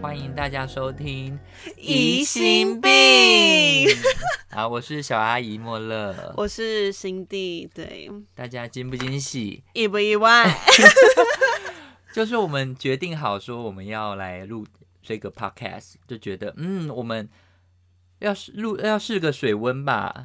欢迎大家收听《疑心病》啊！我是小阿姨莫乐，我是新弟，对，大家惊不惊喜？意不意外？就是我们决定好说我们要来录这个 podcast，就觉得嗯，我们要是录要试个水温吧，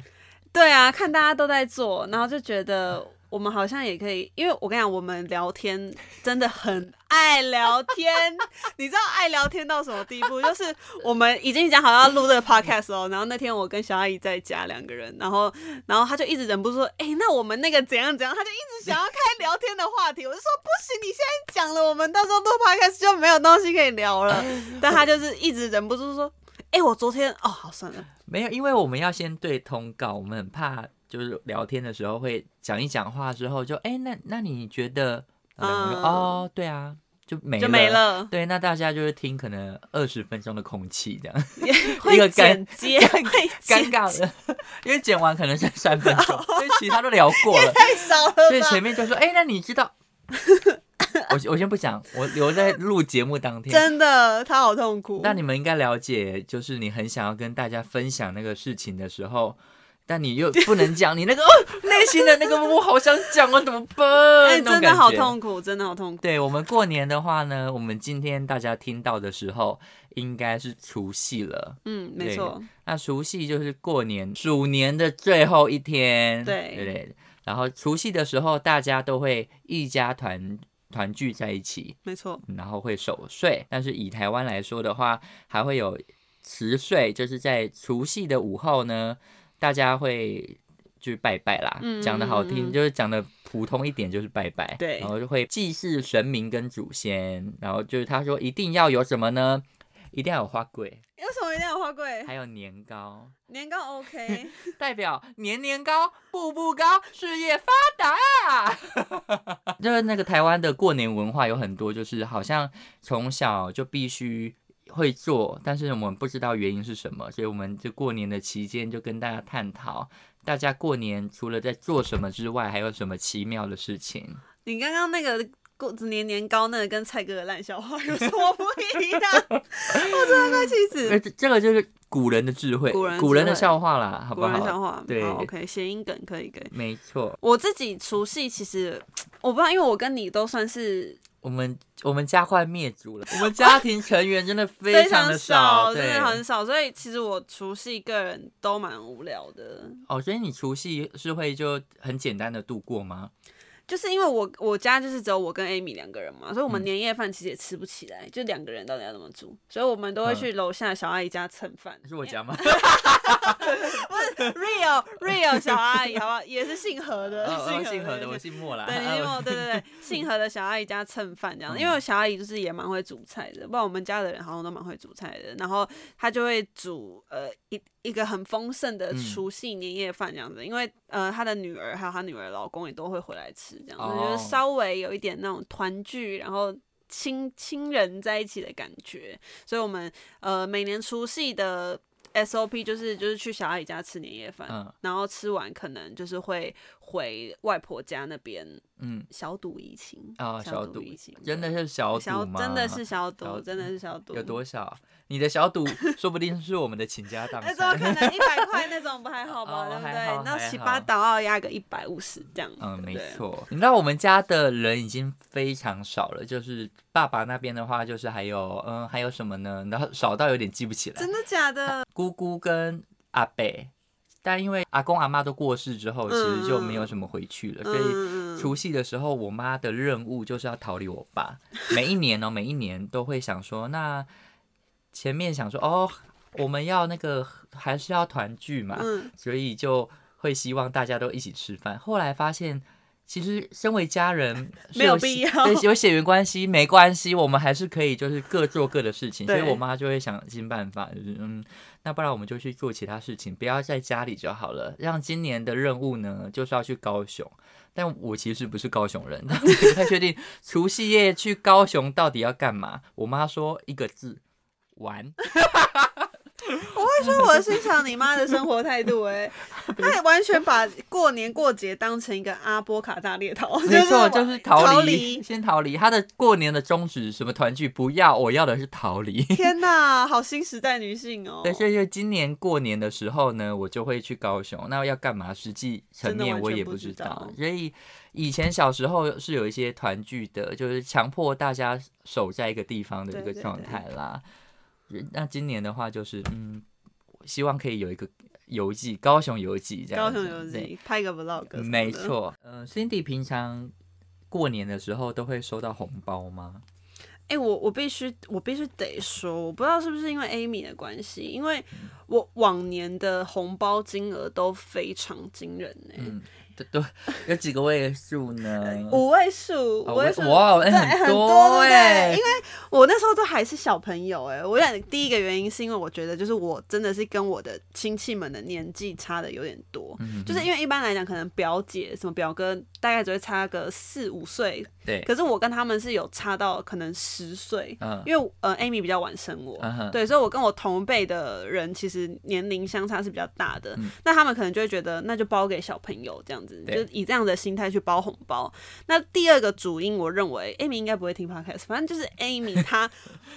对啊，看大家都在做，然后就觉得我们好像也可以，因为我跟你讲，我们聊天真的很爱聊天， 你知道爱聊天到什么地步？就是我们已经讲好要录这个 podcast 哦，然后那天我跟小阿姨在家两个人，然后然后她就一直忍不住说，哎、那我们那个怎样怎样，她就一直想要开聊天的话题，我就说不行，你现在讲了，我们到时候录 podcast 就没有东西可以聊了，但她就是一直忍不住说。哎、我昨天哦，好算了，没有，因为我们要先对通告，我们很怕就是聊天的时候会讲一讲话之后就哎、那那你觉得？然后我们就嗯哦，对啊，就没就没了。对，那大家就是听可能二十分钟的空气这样， 一个会尴剪接，会尴剪哦尬的， 因为剪完可能剩三分钟，所以其他都聊过 了， 太少所了以前吧？面就说，哎、那你知道？ 我我先不讲，我留在录节目当天。真的，他好痛苦。那你们应该了解，就是你很想要跟大家分享那个事情的时候，但你又不能讲，你那个 哦内心的那个我好想讲，我怎么办？那哎、种真的感好觉痛苦，真的好痛苦。对我们过年的话呢，我们今天大家听到的时候应该是除夕了。嗯，没错，那除夕就是过年鼠年的最后一天，对对不对。然后除夕的时候，大家都会一家团团聚在一起，没错。然后会守岁。但是以台湾来说的话，还会有辞岁，就是在除夕的午后呢，大家会。去拜拜啦，嗯讲的好嗯听，嗯就是讲的普通一点，就是拜拜。对然后就会祭祀神明跟祖先，然后就是他说一定要有什么呢？一定要有花柜，为什么一定要有花柜？还有年糕，年糕 OK，代表年年高，步步高，事业发达。啊 就是那个台湾的过年文化有很多，就是好像从小就必须会做，但是我们不知道原因是什么，所以我们就过年的期间就跟大家探讨，大家过年除了在做什么之外，还有什么奇妙的事情。你刚刚那个。过子年年糕那个跟蔡哥的烂笑 话有什么不一样？ 我真的快气而死！呃这这个就是古人的智慧，古人古人的智慧笑话啦，好不果然笑好？话，对好 OK，谐音梗可以可以。没错，我自己除夕其实我不知道，因为我跟你都算是我们我们家快灭族了，我们家庭成员真的非常的少，对真的很少，所以其实我除夕个人都蛮无聊的。哦，所以你除夕是会就很简单的度过吗？就是因为我我家就是只有我跟 Amy 两个人嘛，所以我们嗯年夜饭其实也吃不起来，就两个人到底要怎么煮，所以我们嗯都会去楼下小阿姨家蹭 饭。是我家 吗？ real real 小阿姨，好不好？也呃是姓何的， 哦哦姓姓何的，对我姓莫啦。对，因为我对对对，姓何的小阿姨家蹭饭这样，嗯因为我小阿姨就是也蛮会煮菜的，不然我们家的人好像都蛮会煮菜的。然后她就会煮呃一一个很丰盛的嗯除夕年夜饭这样子，因为呃她的女儿还有她女儿的老公也都会回来吃这样子，哦就是稍微有一点那种团聚，然后。亲亲人在一起的感觉，所以我们呃每年除夕的 SOP 就是就是去小阿姨家吃年夜饭， 嗯然后吃完可能就是会回外婆家那边嗯小赌怡情啊，小赌赌怡情，真的是小小赌吗？真的是小小赌，真的是小赌，有多小？你的小 赌说不定是我们的倾家荡哎，产。怎么可 能一百块那种不太好吧？哦对不还好对？那还洗八好倒要压个一百五十这样。 嗯，对没不对。错。你知道我们家的人已经非常少了，就是爸爸那边的话，就是还有嗯，还有什么呢？然后少到有点记不起来。真的假的？姑姑跟阿伯，但因为阿公阿妈都过世之后，其实就没有什么回去了，所以嗯，除夕的时候，我妈的任务就是要逃离我爸。每一年哦，每一年都会想说，那前面想说哦，我们要那个还是要团聚嘛，嗯，所以就会希望大家都一起吃饭。后来发现。其实，身为家 人是没有血必要对，有血缘关系没关系，我们还是可以就是各做各的事情。所以对我妈就会想尽办法，就是嗯，那不然我们就去做其他事情，不要在家里就好了。让今年的任务呢，就是要去高雄。但我其实不是高雄人，但 我不太确定除夕夜去高雄到底要干嘛。我妈说一个字，玩。我会说我欣赏你妈的生活态度、 欸，哎，她也完全把过年过节当成一个阿波卡大猎逃， 没错，就就是逃逃离，先逃离。他的过年的宗旨什么团聚不要，我要的是逃离。天哪，好新时代女性哦、对，所以就今年过年的时候呢，我就会去高雄。那要干嘛？实际层面我也不知真的完道全。不所以以前小时候是有一些团聚的，就是强迫大家守在一个地方的一对个对状对态啦。那今年的话就是，嗯，希望可以有一个游记，高雄游记这样高子。雄游对，记拍个 vlog，什么的没。错。呃，Cindy 平常过年的时候都会收到红包吗？哎、我我必须我必须得说，我不知道是不是因为 Amy 的关系，因为我往年的红包金额都非常惊人呢、嗯，对对，有几个位数呢？呃五位数，哦五位数，哇，哎对，很很多对哎不对？因，为我那时候都还是小朋友哎、我想第一个原因是因为我觉得就是我真的是跟我的亲戚们的年纪差的有点多，嗯就是因为一般来讲可能表姐什么表哥大概只会差个四五岁，对，可是我跟他们是有差到可能十岁，嗯，因为呃 Amy 比较晚生我，嗯哼对，所以我跟我同辈的人其实年龄相差是比较大的，嗯那他们可能就会觉得那就包给小朋友这样子，就对是以这样的心态去包红包。那第二个主因，我认为 Amy 应该不会听 podcast，反正就是 Amy 她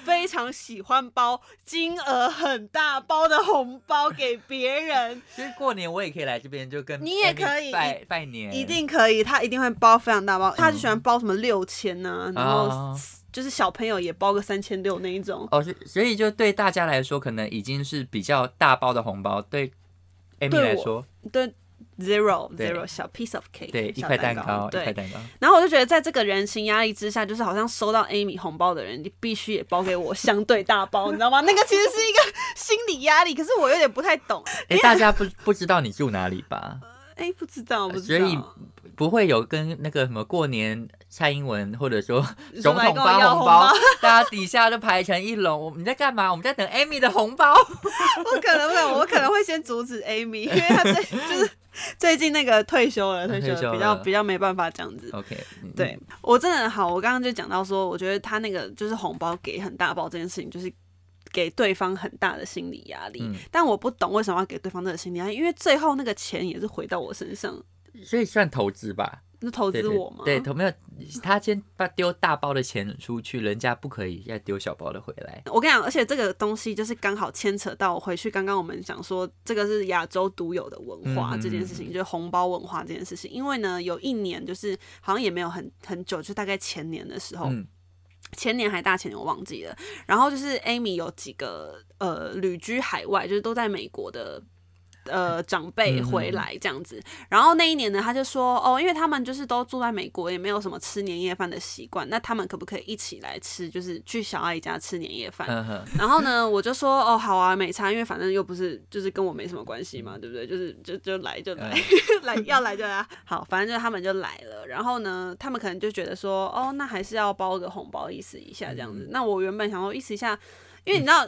非常喜欢包金额很大包的红包给别人，就是过年我也可以来这边，就跟你也 Amy 可以拜拜年，一定可以，她一定会包非常大包，她就喜欢包什么六千呢，然后嗯啊。就是小朋友也包个三千六那一种。哦，所以所以就对大家来说，可能已经是比较大包的红包，对 Amy 对来我说，对 zero 对 zero 小 piece of cake，对一小块蛋蛋糕，一块对。蛋 糕，然后我就觉得，在这个人情压力之下，就是好像收到 Amy 红包的人，你必须也包给我相对大包，你知道 吗？那个其实是一个心理压力，可是我有点不太懂。哎，大家不不知道你住哪里吧？哎，不知道，不所知道。以不会有跟那个什么过年蔡英文或者说你说总来统跟我发要红红包包， 大家底下都排成一笼。我们在干嘛？我们在等 Amy 的红 包。我可能会，我可能会先阻止 Amy，因为她最 就是最近那个退休了，退休啊退休了了，比较比较没办法这样子。 OK，嗯对，我真的好，我刚刚就讲到说，我觉得他那个就是红包给很大包这件事情，就是给对方很大的心理压力。嗯但我不懂为什么要给对方这个心理压力，因为最后那个钱也是回到我身上，所以算投资吧。是投对资对我嘛。对，投没有他先把丢大包的钱出去，人家不可以再丢小包的回来。我跟你讲，而且这个东西就是刚好牵扯到回去刚刚我们讲说，这个是亚洲独有的文化嗯这件事情，就是红包文化这件事情。因为呢，有一年就是好像也没有很很久，就大概前年的时候，嗯前年还大前年我忘记了。然后就是 Amy 有几个呃旅居海外，就是都在美国的。呃，长辈嗯回来这样子，然后那一年呢，他就说哦，因为他们就是都住在美国，也没有什么吃年夜饭的习惯，那他们可不可以一起来吃，就是去小阿姨家吃年夜饭？嗯哼，然后呢，我就说哦，好啊，没差，因为反正又不是就是跟我没什么关系嘛，对不对？就是就就来就来，嗯 来要来就来啊，好，反正就是他们就来了。然后呢，他们可能就觉得说，哦，那还是要包个红包意思一下这样嗯子。那我原本想说意思一下，因为你知道，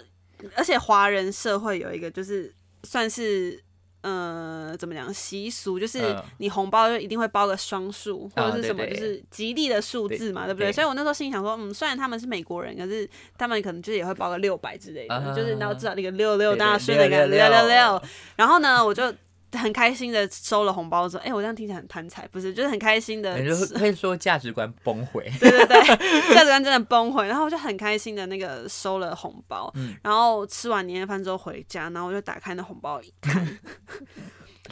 而且华人社会有一个就是算是。呃，怎么讲习俗就是嗯你红包就一定会包个双数、或啊者是对什么，对就是吉利的数字嘛，对不对？对所以我那时候心里想说，嗯，虽然他们是美国人，可是他们可能就是也会包个六百之类的，啊就是然后至少那个六六对大家对顺的感觉，六666六六。然后呢，我就很开心的收了红包之后，哎、我这样听起来很贪财，不是？呃就是很开心的，哎你就对会说价值观崩毁。 对对，价值观真的崩溃。然后我就很开心的那个收了红包，嗯然后吃完年夜饭之后回家，然后我就打开那红包一看，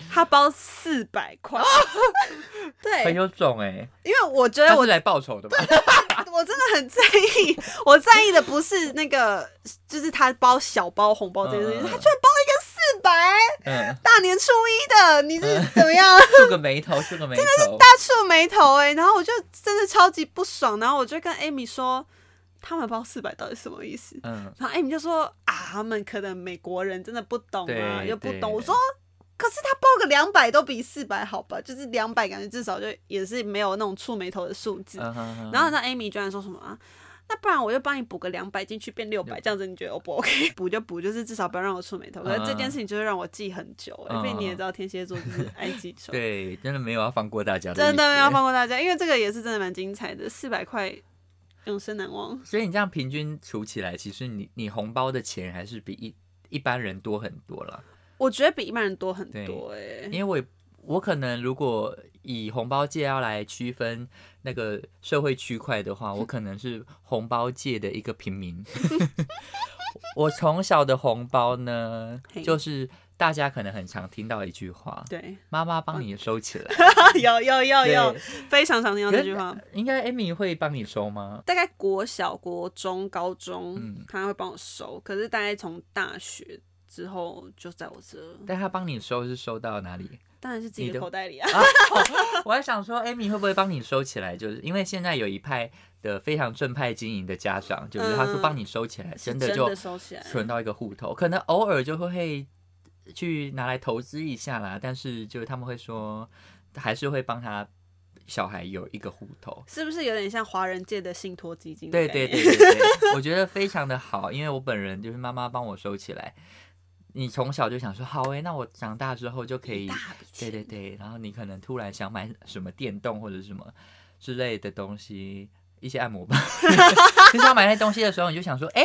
他包四百块，很 对，有种哎、因为我觉得他我是来报仇的吧？ 我真的很在意，我在意的不是那个，就是他包小包红包这件事嗯情，嗯嗯他居然包一个四百， 嗯，大年初一的，你是怎么样？竖个眉头，竖个眉头。大触眉头哎、然后我就真的超级不爽，然后我就跟 Amy 说，他们包四百到底什么意思？嗯，然后 Amy 就说啊，他们可能美国人真的不懂啊，对又不对懂。我说。可是他包个两百都比四百好吧，就是两百感觉至少就也是没有那种触眉头的数字，嗯哼哼然后那 Amy 居然说什么啊？那不然我就帮你补个两百进去变六百，这样子你觉得 O 不 OK？补 就补，就是至少不要让我触眉嗯头。可是这件事情就会让我记很久、欸，因为你也知道天蝎座 就是爱记仇，对，真的没有要放过大家的，真的没有放。过大家，因为这个也是真的蛮精彩的，四百块永生难忘。所以你这样平均除起来，其实你你红包的钱还是比一一般人多很多啦。我觉得比一般人多很多哎、因为我也我可能如果以红包界要来区分那个社会区块的话，我可能是红包界的一个平民。 我从小的红包呢嘿，就是大家可能很常听到一句话对，：“妈妈帮你收起来。 有有有对有，非常常听到可这是呃句话。应该 Amy 会帮你收吗？大概国小、国中、高中，嗯他会帮我收，可是大概从大学之后就在我这，但她帮你收是收到哪里？当然是自己你的的口袋里啊。 我还想说，Amy 会不会帮你收起来？就是因为现在有一派的非常正派经营的家长，就是他说嗯帮你收起来，是真真的就的收起来存到一个户头，可能偶尔就会去拿来投资一下啦。但是就是他们会说，还是会帮他小孩有一个户头。是不是有点像华人界的信托基金的对概念？对对对对，我觉得非常的好，因为我本人就是妈妈帮我收起来。你从小就想说，好诶、那我长大之后就可以大笔对钱，对对，然后你可能突然想买什么电动或者什么之类的东西，一些按摩棒， 就是要买那些东西的时候，你就想说，哎、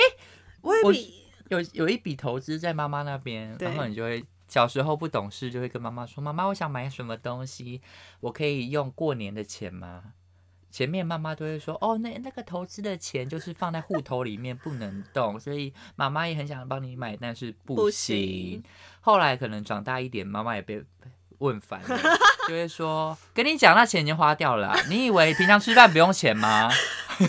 我也我比有有一笔投资在妈妈那边，对然后你就会小时候不懂事，就会跟妈妈说，妈妈，我想买什么东西，我可以用过年的钱吗？前面妈妈都会说，哦，那那个投资的钱就是放在户头里面不能动，所以妈妈也很想帮你买，但是不不行。行后来可能长大一点，妈妈也被问烦了，就会说，跟你讲，那钱已经花掉了啊、你以为平常吃饭不用钱吗？你妈这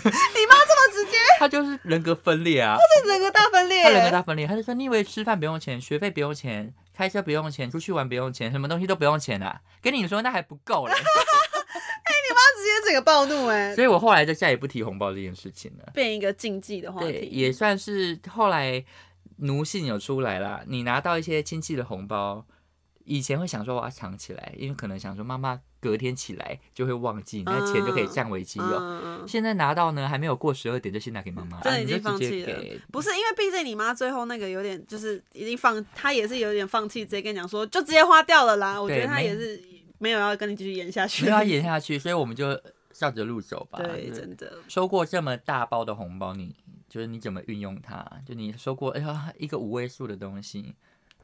么直接，她就是人格分裂啊。整个大分裂他人格大分裂，他就说你以为吃饭不用钱，学费不用钱，开车不用钱，出去玩不用钱，什么东西都不用钱啊？跟你说那还不够嘞。他直接整个暴怒 哎、所以我后来就再也不提红包这件事情了。变一个禁忌的话对，题，也算是后来奴性有出来啦。你拿到一些亲戚的红包，以前会想说我要藏起来，因为可能想说妈妈隔天起来就会忘记，那钱就可以占为己有。嗯，现在拿到呢，还没有过十二点就先拿给妈妈，真的啊已你就经放直弃接了给。不是因为毕竟你妈最后那个有点就是已经放，她也是有点放弃，直接跟你讲说就直接花掉了啦。我觉得她没也是没有要跟你继续演下去，没 有要演下去，所以我们就照着路走吧。对，就真的收过这么大包的红包，你就是你怎么运用它？就你收过哎呀一个五位数的东西，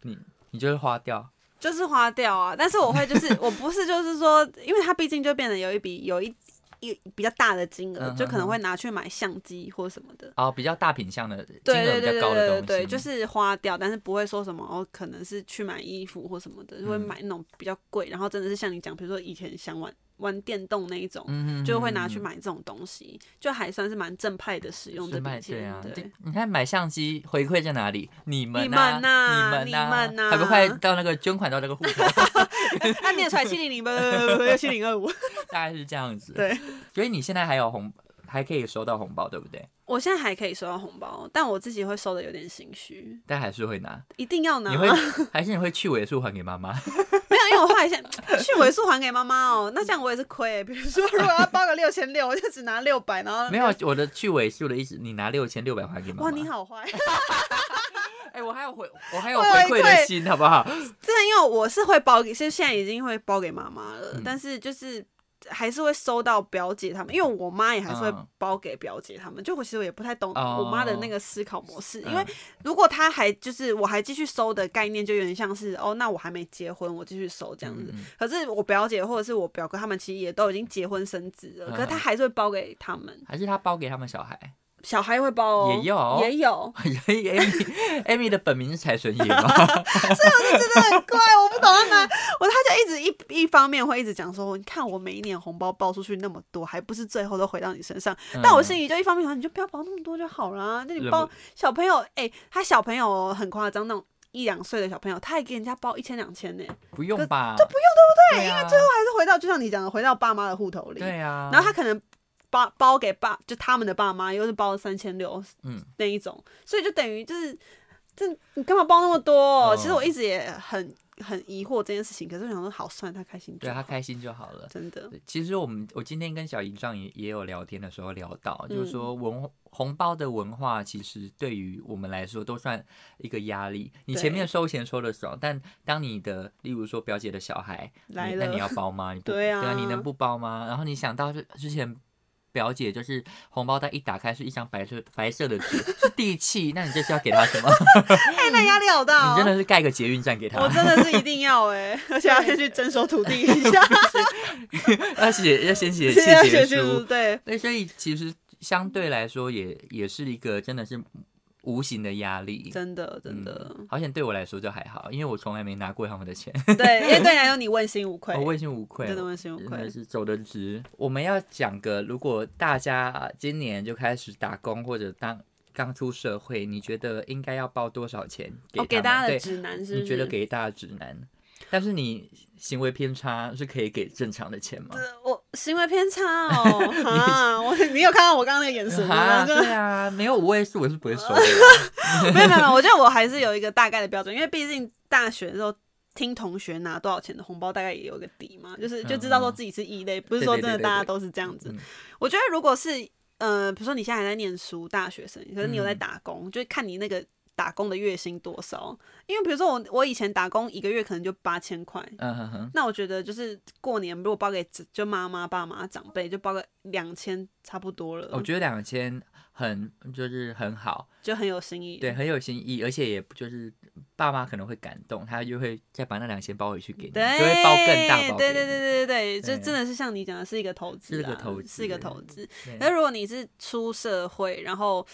你你就会花掉。就是花掉啊。但是我会就是 我不是就是说，因为她毕竟就变得有一笔有一。一比较大的金额，嗯就可能哼会拿去买相机或什么的。哦，比较大品相的金对额对比对较高对的东对西，对，就是花掉，但是不会说什么哦，可能是去买衣服或什么的，就会嗯买那种比较贵，然后真的是像你讲，比如说以前想玩玩电动那一种，嗯就会拿去嗯买这种东西，就还算是蛮正派的使用这是笔卖对钱啊。对这你看买相机回馈在哪里？你们你们呐呐，你你们啊们啊呐还不快到那个捐款到那个户头， 那啊念出来七零 零不不不不七零二五。 大概是这样子。对，所以你现在还有红，还可以收到红包，对不对？我现在还可以收到红包，但我自己会收的有点心虚，但还是会拿，一定要拿。你会还是你会去尾数还给妈妈？ 没有，因为我后来想去尾数还给妈妈哦，那这样我也是亏欸。比如说，如果要包个六千六，我就只拿六百，然后没有，我的去尾数的意思，你拿六千六百还给妈妈。哇，你好坏。哎、我还有回，我嗯还有我回有一馈块 的心，好不好？真的，因为我是会包给，是现在已经会包给妈妈了，嗯但是就是还是会收到表姐他们，因为我妈也还是会嗯包给表姐他们。就我其实我也不太懂哦我妈的那个思考模式，因为嗯如果她还就是我还继续收的概念，就有点像是哦，那我还没结婚，我继续收这样子。嗯嗯可是我表姐或者是我表哥他们其实也都已经结婚生子了，嗯可是她还是会包给他们，还是他包给他们小孩？ 小孩会包、哦，也有也有，所以 Amy Amy 的本名是财神爷 吗？真的很怪，我不懂他们。我他就一直一一方面会一直讲说，你看我每一年红包包出去那么多，还不是最后都回到你身上。但我心里就一方面想，你就不要包那么多就好啦。那你忍嗯包不小朋友，哎、他小朋友很夸张，那种一两岁的小朋友，他还给人家包一千两千呢，嗯不用吧？就不用，对不对？因为最后还是回到就像你讲的，回到爸妈的户头里。对啊，然后他可能包包给爸，就他们的爸妈又是包三千六，嗯那一种，所以就等于就是，这你干嘛包那么多？哦其实我一直也很很疑惑这件事情，可是我想说，好，算了他开心就对啊好，他嗯开心就好了。真的，对其实我们我今天跟小姨丈也也有聊天的时候聊到，嗯就是说文红包的文化，其实对于我们来说都算一个压力。你对前面收钱收的爽，但当你的例如说表姐的小孩来你那了你要包吗？你不 对啊对啊，你能不包吗？然后你想到之之前表姐就是红包袋一打开是一张白色白色的纸，是地契，那你这是要给她什么？ 哎、那压力好你大哦、真的是盖个捷运站给她我，真的是一定要哎、而且要先去征收 土地一下，要写要先写 先要谢谢嗯去书。对，对，所以其实相对来说也也是一个真的是无形的压力。真的真的，嗯好险对我来说就还好，因为我从来没拿过他们的钱，对，因为对你来说你问心无愧，嗯哦 我问心无愧。真的问心无真愧哦的。是走得直。我们要讲个，如果大家今年就开始打工或者当刚出社会，你觉得应该要报多少钱给哦，他给们大家的对指南是不是？你觉得给大家指南？但是你行为偏差是可以给正常的钱吗？呃我行为偏差哦， 啊，我你有看到我刚刚那个眼神啊吗？就对啊，没有五位数我是不会收的 啦。没有没有没有，我觉得我还是有一个大概的标准，因为毕竟大学的时候听同学拿多少钱的红包，大概也有一个底嘛，就是就知道说自己是异类，不是说真的大家都是这样子嗯。我觉得如果是呃，比如说你现在还在念书，大学生，可是嗯你有在打工，就是看你那个。打工的月薪多少？因为比如说我，我以前打工一个月可能就八千块，嗯哼哼，那我觉得就是过年如果包给子就妈妈、爸妈、长辈，就包个两千差不多了，我觉得两千很就是很好，就很有心意。对，，很有心意，而且也不就是爸妈可能会感动，他就会再把那两千包回去给你，就对，会包更大包给对你。对对对对，对这真的是像你讲的，是一个投资是啊，一个投资是一个投资。对那如果你是出社会，然后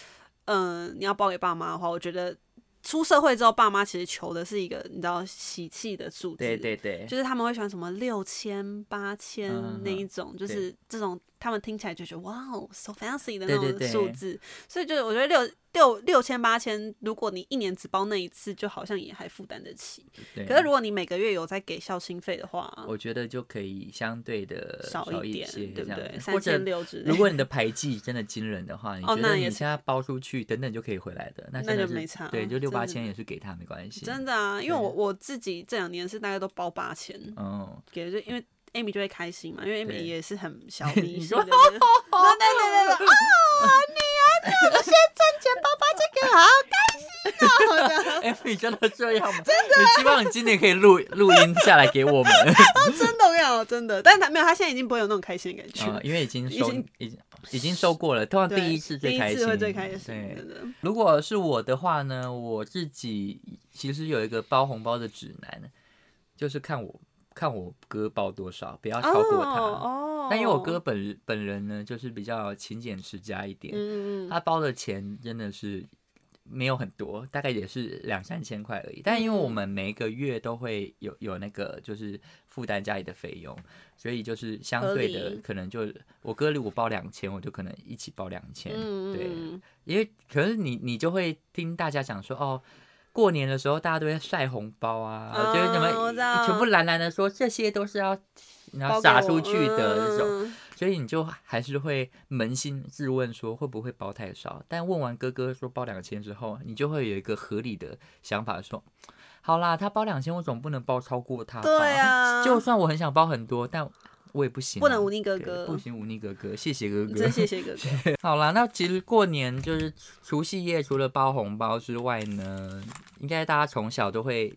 嗯、呃你要包给爸妈的话，我觉得出社会之后，爸妈其实求的是一个你知道喜气的数字，对对对，就是他们会喜欢什么六千、八千嗯嗯那一种，就对是这种他们听起来就觉得哇哦，so fancy 的对那对种对数字，所以就是我觉得六六六千八千，如果你一年只包那一次，就好像也还负担得起。对啊可是如果你每个月有在给孝心费的话，我觉得就可以相对的少一点，些对这不样对？子三或者千六之类，如果你的 排技真的惊人的话，你哦觉那得你也现在包出去，等等就可以回来的，那那真的就是没差啊对，就真六八的千也是给他没关系。真的啊，因为我我自己这两年是大概都包八千，嗯，给就因为。Amy 就会开心嘛，因为对 Amy 也是很小 你迷信说的人，对对对对对，啊，啊哎、你真女儿这样先赚钱包八千给，好开心哦，的这 样吗？真啊的？你希望你今年可以录录音下来给我们，这样哦真的我跟你讲，真的，但他没有，他现在已经不会有那种开心的感觉，嗯因为已经已收经已经已经收过了，通常对第一次第最一开心，次会最开心，对真的，如果是我的话呢，我自己其实有一个包红包的指南，就是看我看我哥包多少，不要超过他。哦，但因为我哥，本本人呢，就是比较勤俭持家一点，嗯嗯嗯，他包的钱真的是没有很多，大概也是两三千块而已。但因为嗯我们每个月都会有有那个就是负担家里的费用，所以就是相对合的理可能就我哥如果包两千，我就可能一起包两千、嗯对。嗯因为可是你你就会听大家讲说哦。过年的时候，大家都会晒红包啊，啊就是怎我么知道全部蓝蓝的说这些都是要然后包给撒出我去的这种，，嗯所以你就还是会扪心自问说会不会包太少？但问完哥哥说包两千之后，你就会有一个合理的想法说，好啦，他包两千，我总不能包超过他吧？对 啊，就算我很想包很多，但我也不行啊、嗯不能忤逆哥对哥不，行忤逆哥哥，谢谢哥哥 真。谢谢哥哥。好啦，那其实过年就是除夕夜，除了包红包之外呢，应该大家从小都会。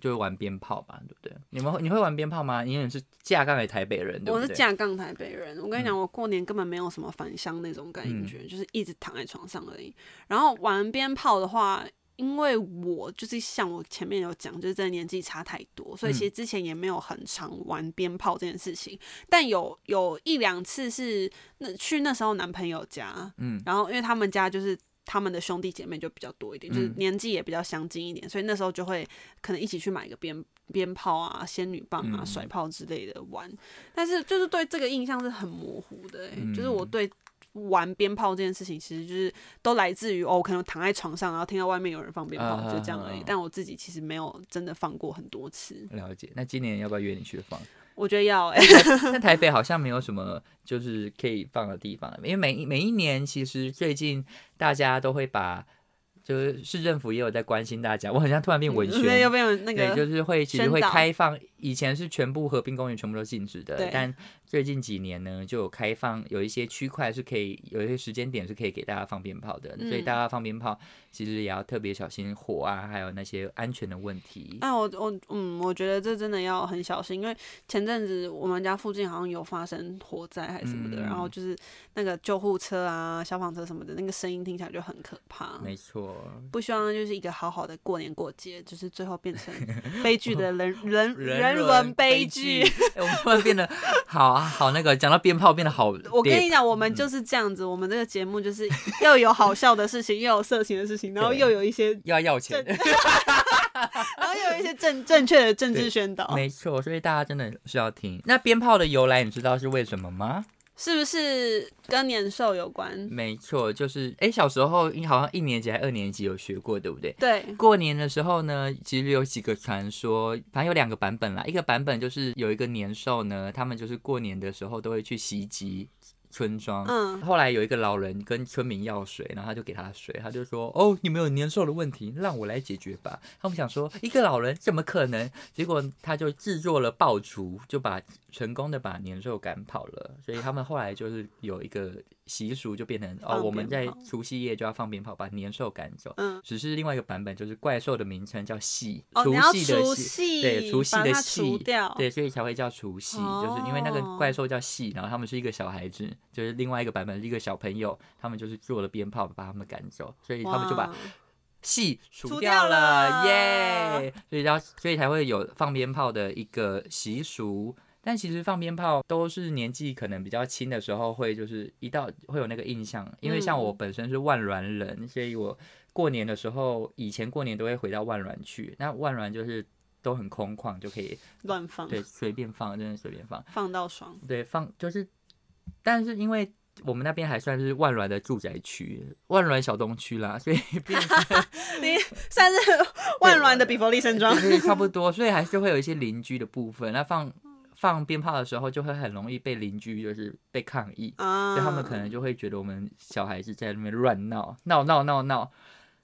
就会玩鞭炮吧，对不对？你们会你会玩鞭炮吗？因为你是架杠给台北人，对不我对？嗯是架杠台北人，我跟你讲，我过年根本没有什么返乡那种感觉，就是一直躺在床上而已。然后玩鞭炮的话，因为我就是像我前面有讲，就是真的年纪差太多，所以嗯其实之前也没有很常玩鞭炮这件事情。但有有一两次是那去那时候男朋友家，嗯，然后因为他们家就是。他们的兄弟姐妹就比较多一点，就是嗯年纪也比较相近一点，所以那时候就会可能一起去买个鞭鞭炮啊、仙女棒啊、嗯甩炮之类的玩。但是就是对这个印象是很模糊的、欸，就是我嗯对玩鞭炮这件事情，其实就是都来自于哦，我可能躺在床上，然后听到外面有人放鞭炮，啊就这样而啊已啊。但我自己其实没有真的放过很多次，了解，那今年要不要约你去放？ 我觉得要哎、但台北好像没有什么就是可以放的地方，因为每一每一年其实最近大家都会把就是市政府也有在关心大家。我很像突然变文宣，对，有 嗯没有那 对，个就是会其实宣会导开放，以前是全部河滨公园全部都禁止的对，但最近几年呢，就有开放，有一些区块是可以，有一些时间点是可以给大家放鞭炮的，所以嗯大家放鞭炮其实也要特别小心火啊，还有那些安全的问题。哎，我我嗯，我觉得这真的要很小心，因为前阵子我们家附近好像有发生火灾还是什么的，嗯然后就是那个救护车啊、消防车什么的，那个声音听起来就很可怕。没错，不希望就是一个好好的过年过节，就是最后 变成悲剧哦的人人人伦悲剧。。 哎我们突然变得好啊，好那个，讲到鞭炮变得好 deep，我跟你讲，我嗯们就是这样子，我们这个节目就是又有好笑的事情，又有色情的事情，然后对又有一些，要要钱。然后又有一些正正确的政对治宣导。 没错，所以大家真的是要听。那鞭炮的由来，你知道是为什么吗？是不是跟年兽有关？没错，就是哎、小时候你好像一年级还二年级有学过，对不对？对，过年的时候呢，其实有几个传说，反正有两个版本啦。一个版本就是有一个年兽呢，他们就是过年的时候都会去袭击村庄。嗯，后来有一个老人跟村民要水，然后他就给他水，他就说：“哦，你们有年兽的问题，让我来解决吧。”他们想说，一个老人怎么可能？结果他就制作了爆竹，就把成功的把年兽赶跑了。所以他们后来就是有一个习俗，就变成放哦，鞭炮我们在除夕夜就要放鞭炮，把年兽赶走。嗯只是另外一个版本就是怪兽的名称叫戏，哦，除你要夕的除戏夕，对除夕把的它夕除掉，对，所以才会叫除夕，就是因为那个哦怪兽叫戏，然后他们是一个小孩子，就是另外一个版本是一个小朋友，他们就是做了鞭炮把他们赶走，所以他们就把哇戏除除掉掉了，了耶！所以要所以才会有放鞭炮的一个习俗。但其实放鞭炮都是年纪可能比较轻的时候会，就是一到会有那个印象，因为像我嗯本身是万峦人，所以我过年的时候，以前过年都会回到万峦去。那万峦就是都很空旷，就可以乱放，对，随便放，真的随便放。放 到爽，对，放就是，但是因为我们那边还算是万峦的住宅区，万峦小东区啦，所以 变成算是 万峦的 比佛利山庄就。是差不多，所以还是会有一些邻居的部分。那放放鞭炮的时候，就会很容易被邻居就是被抗议，啊所以他们可能就会觉得我们小孩子在那边乱闹，闹闹闹闹。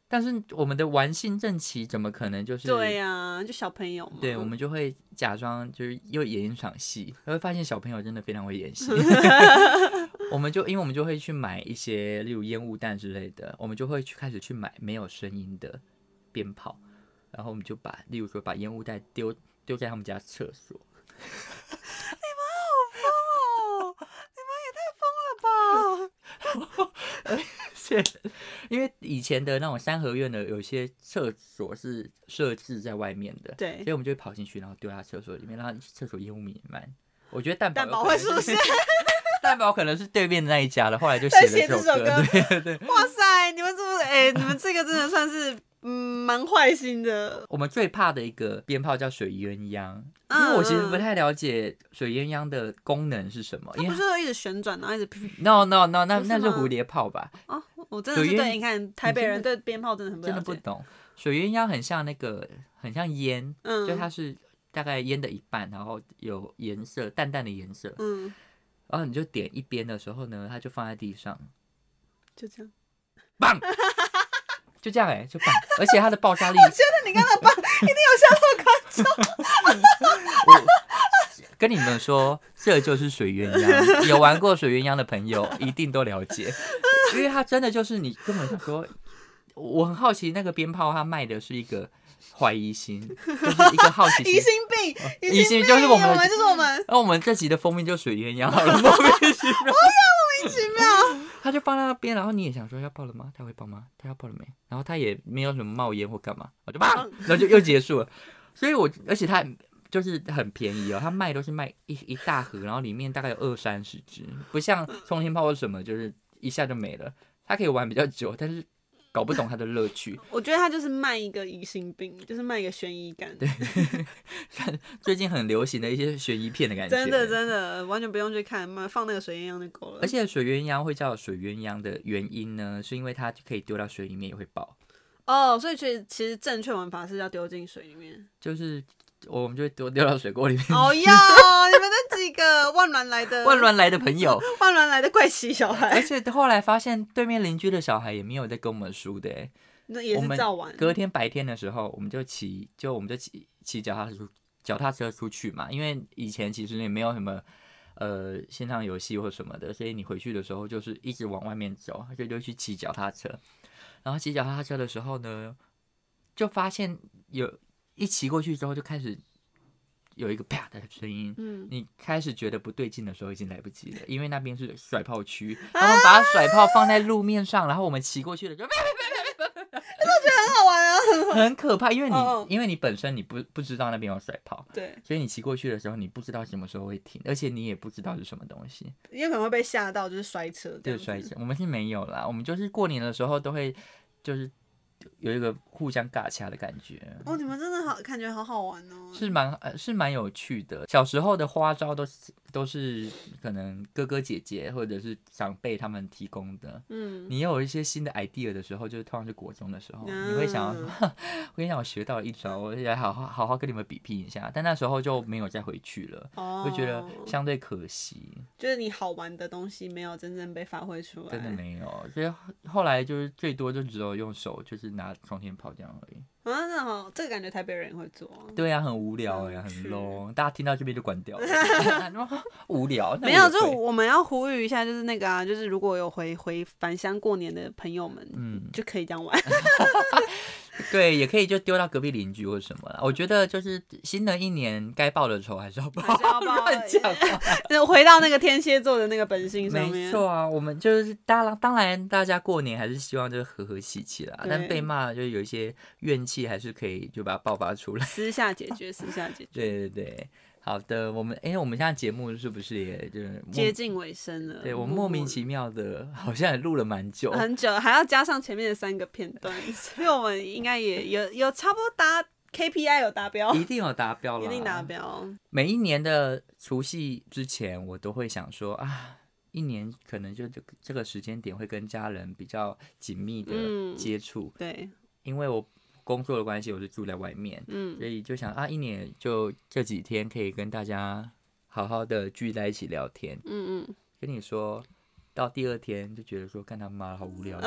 但是我们的玩性正奇，怎么可能就是对呀、就小朋友嘛。对，我们就会假装就是又演一场戏，会发现小朋友真的非常会演 戏。我们就因为我们就会去买一些，例如烟雾弹之类的，我们就会去开始去买没有声音的鞭炮，然后我们就把，例如说把烟雾弹丢丢在他们家厕所， 哦，你们也太疯了吧！ 是因为以前的那种三合院的有些厕所是设置在外面的，所以对，我们就会跑进去，然后丢到厕所里面，让厕所烟雾弥漫。我觉得蛋堡蛋有堡可会能出是现。 蛋堡可能是对面的那一家的，后来就在写写了这首歌对对对。哇塞，你们这么哎、你们这个真的算是嗯蛮坏心的。我们最怕的一个鞭炮叫水鸳鸯，因嗯为我其实不太了解水鸳鸯的功能是什么，因不为是会一直旋转，然后一直噗噗 no no no，那嗯不是那是吗蝴蝶炮吧，哦，我真的是有烟对，你看台北人对鞭炮真的很不真了的不解，懂。水鸳鸯很像那个，很像烟，嗯，就它是大概烟的一半，然后有颜色，淡淡的颜色，嗯，然后你就点一边的时候呢，它就放在地上，就这样。棒， 就这样哎、就棒，而且它的爆炸力你 刚刚把跟你们说，这就是水鸳鸯。有玩过水鸳鸯的朋友一定都了解，因为它真的就是你根本想说，我很好奇那个鞭炮它卖的是一个怀疑心，就是一个好奇疑心。心病，哦疑疑心心就是病我们的就是我们 那我们这集的封面就水鸳鸯好了，莫名其妙，莫名其妙。它就放在那边，然后你也想说要爆了吗？它会爆吗？它要爆了没？然后它也没有什么冒烟或干嘛，我就啪，嗯然后就又结束了。所以我而且它就是很便宜哦，它卖都是卖一一大盒，然后里面大概有二三十只，不像冲天炮或什么，就是一下就没了。它可以玩比较久，但是搞不懂它的乐趣。我觉得他就是卖一个疑心病，就是卖一个悬疑感，最近很流行的一些悬疑片的感觉，真的真的完全不用去看，妈放那个水鸳鸯就够了。而且水鸳鸯会叫水鸳鸯的原因呢，是因为它可以丢到水里面也会爆，哦，所以其实其实正确玩法是要丢进水里 面。就是我们就会丢丢到水锅里面。哦哟，你们那几个万峦来 的万峦来的朋 友，万峦来的怪奇小而孩，且后来发现对面邻居的小孩也没有在跟我们输的欸，那也我是们照玩。隔天白天的时候，我们就骑，就我们就骑骑脚踏出脚踏车出去嘛，因为以前其实也没有什么呃线上游戏或什么的，所以你回去的时候就是一直往外面走，所以就去骑脚踏车。然后骑脚踏车的时候呢，就发现有一骑过去之后就开始有一个啪的声音，嗯，你开始觉得不对劲的时候，已经来不及了，因为那边是甩炮 区，他们把甩炮放在路面上，然后我们骑过去了，就很好玩啊。 很可怕，因为你嗯嗯因为你本身你不不知道那边有甩炮，对，所以你骑过去的时候，你不知道什么时候会停，而且你也不知道是什么东西，也可能会被吓到，就是摔车就这样是子。摔车。我们是没有啦，我们就是过年的时候都会就是有一个互相尬掐的感觉，哦，你们真的好，感觉好好玩哦。是蛮呃是蛮有趣的。小时候的花招都是都是可能哥哥姐姐或者是长辈他们提供的。嗯，你有一些新的 idea 的时候，就是通常是国中的时候，嗯你会想要说， 我跟你讲，我学到了一招，我来好好好好跟你们比拼一下。但那时候就没有再回去了，哦，会觉得相对可惜，就是你好玩的东西没有真正被发挥出来。真的没有。所以后来就是最多就只有用手，就是拿冲天炮这样而已。啊，那好，这个感觉台北人也会做啊。对呀、啊，很无聊哎、嗯很是 low。大家听到这边就关 掉了， 无聊。那没我有，也就会我们要呼吁一下，就是那个啊，就是如果有回回返乡过年的朋友们，嗯就可以这 样玩。对，也可以就丢到隔壁邻居或什么啦。我觉得就是新的一年该报的仇还是要报，还是要报 乱讲话。 就回到那个天蝎座的那个本性上没面。错啊，我们就是当然，当然大家过年还是希望就是和和气气啦。对但被骂就是有一些怨气，还是可以就把它爆发出来。 私下解决，私下解决，对对对，好的，我们哎、我们现在节目是不是也就是莫接近尾声了。对我们莫名其妙的，好像也录了蛮久。很久，还要加上前面的三个片段， 所以我们应该也有有差不多达 KPI 有达标，一定有达标了，啊一定达。标。每一年的除夕之前，我都会想说啊，一年可能就这个这个时间点会跟家人比较紧密的嗯接触，对，因为我工作的关系，我是住在外面，嗯所，以就想啊，一年就这几天可以跟大家好好的聚在一起聊天。嗯嗯，跟你说到第二天就觉得说，干他妈好无 聊。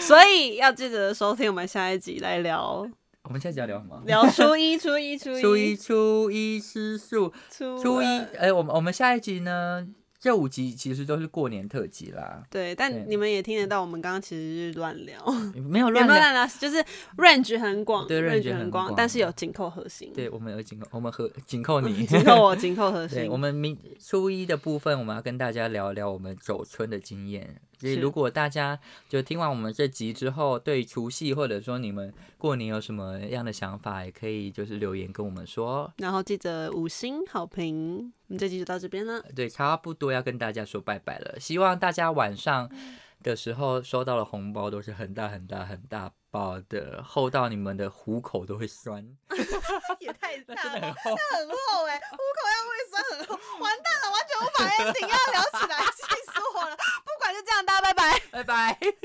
所以要记得收听我们下一集来聊我们现在要聊什么？聊初一，初一，初初一一，初一失速，初初一二哎、我们我们下一集呢？这五集其实都是过年特辑啦，对，对但你们也听得到，我们刚刚其实是乱聊，没有也没嗯有乱聊。乱聊，就是 range 很广，对 range 很很广但是有紧扣核心，对，我们有紧扣，我们和紧扣你。 紧扣我，紧扣核对，心我，们明初一的部分，我们要跟大家聊聊我们走春的经验。所以，是如果大家就听完我们这集之后，对除夕或者说你们过年有什么样的想法，也可以就是留言跟我们说。然后记得五星好评，我们这集就到这边了，对，差不多要跟大家说拜拜了。希望大家晚上的时候收到的红包都是很大很大很大包的，厚到你们的虎口都会酸， 也太真大的很了。厚。很厚哎、虎口要胃酸很厚，完蛋了，完全无法 ending，要聊起来，气死我了！不管就这样，大家拜拜。拜拜。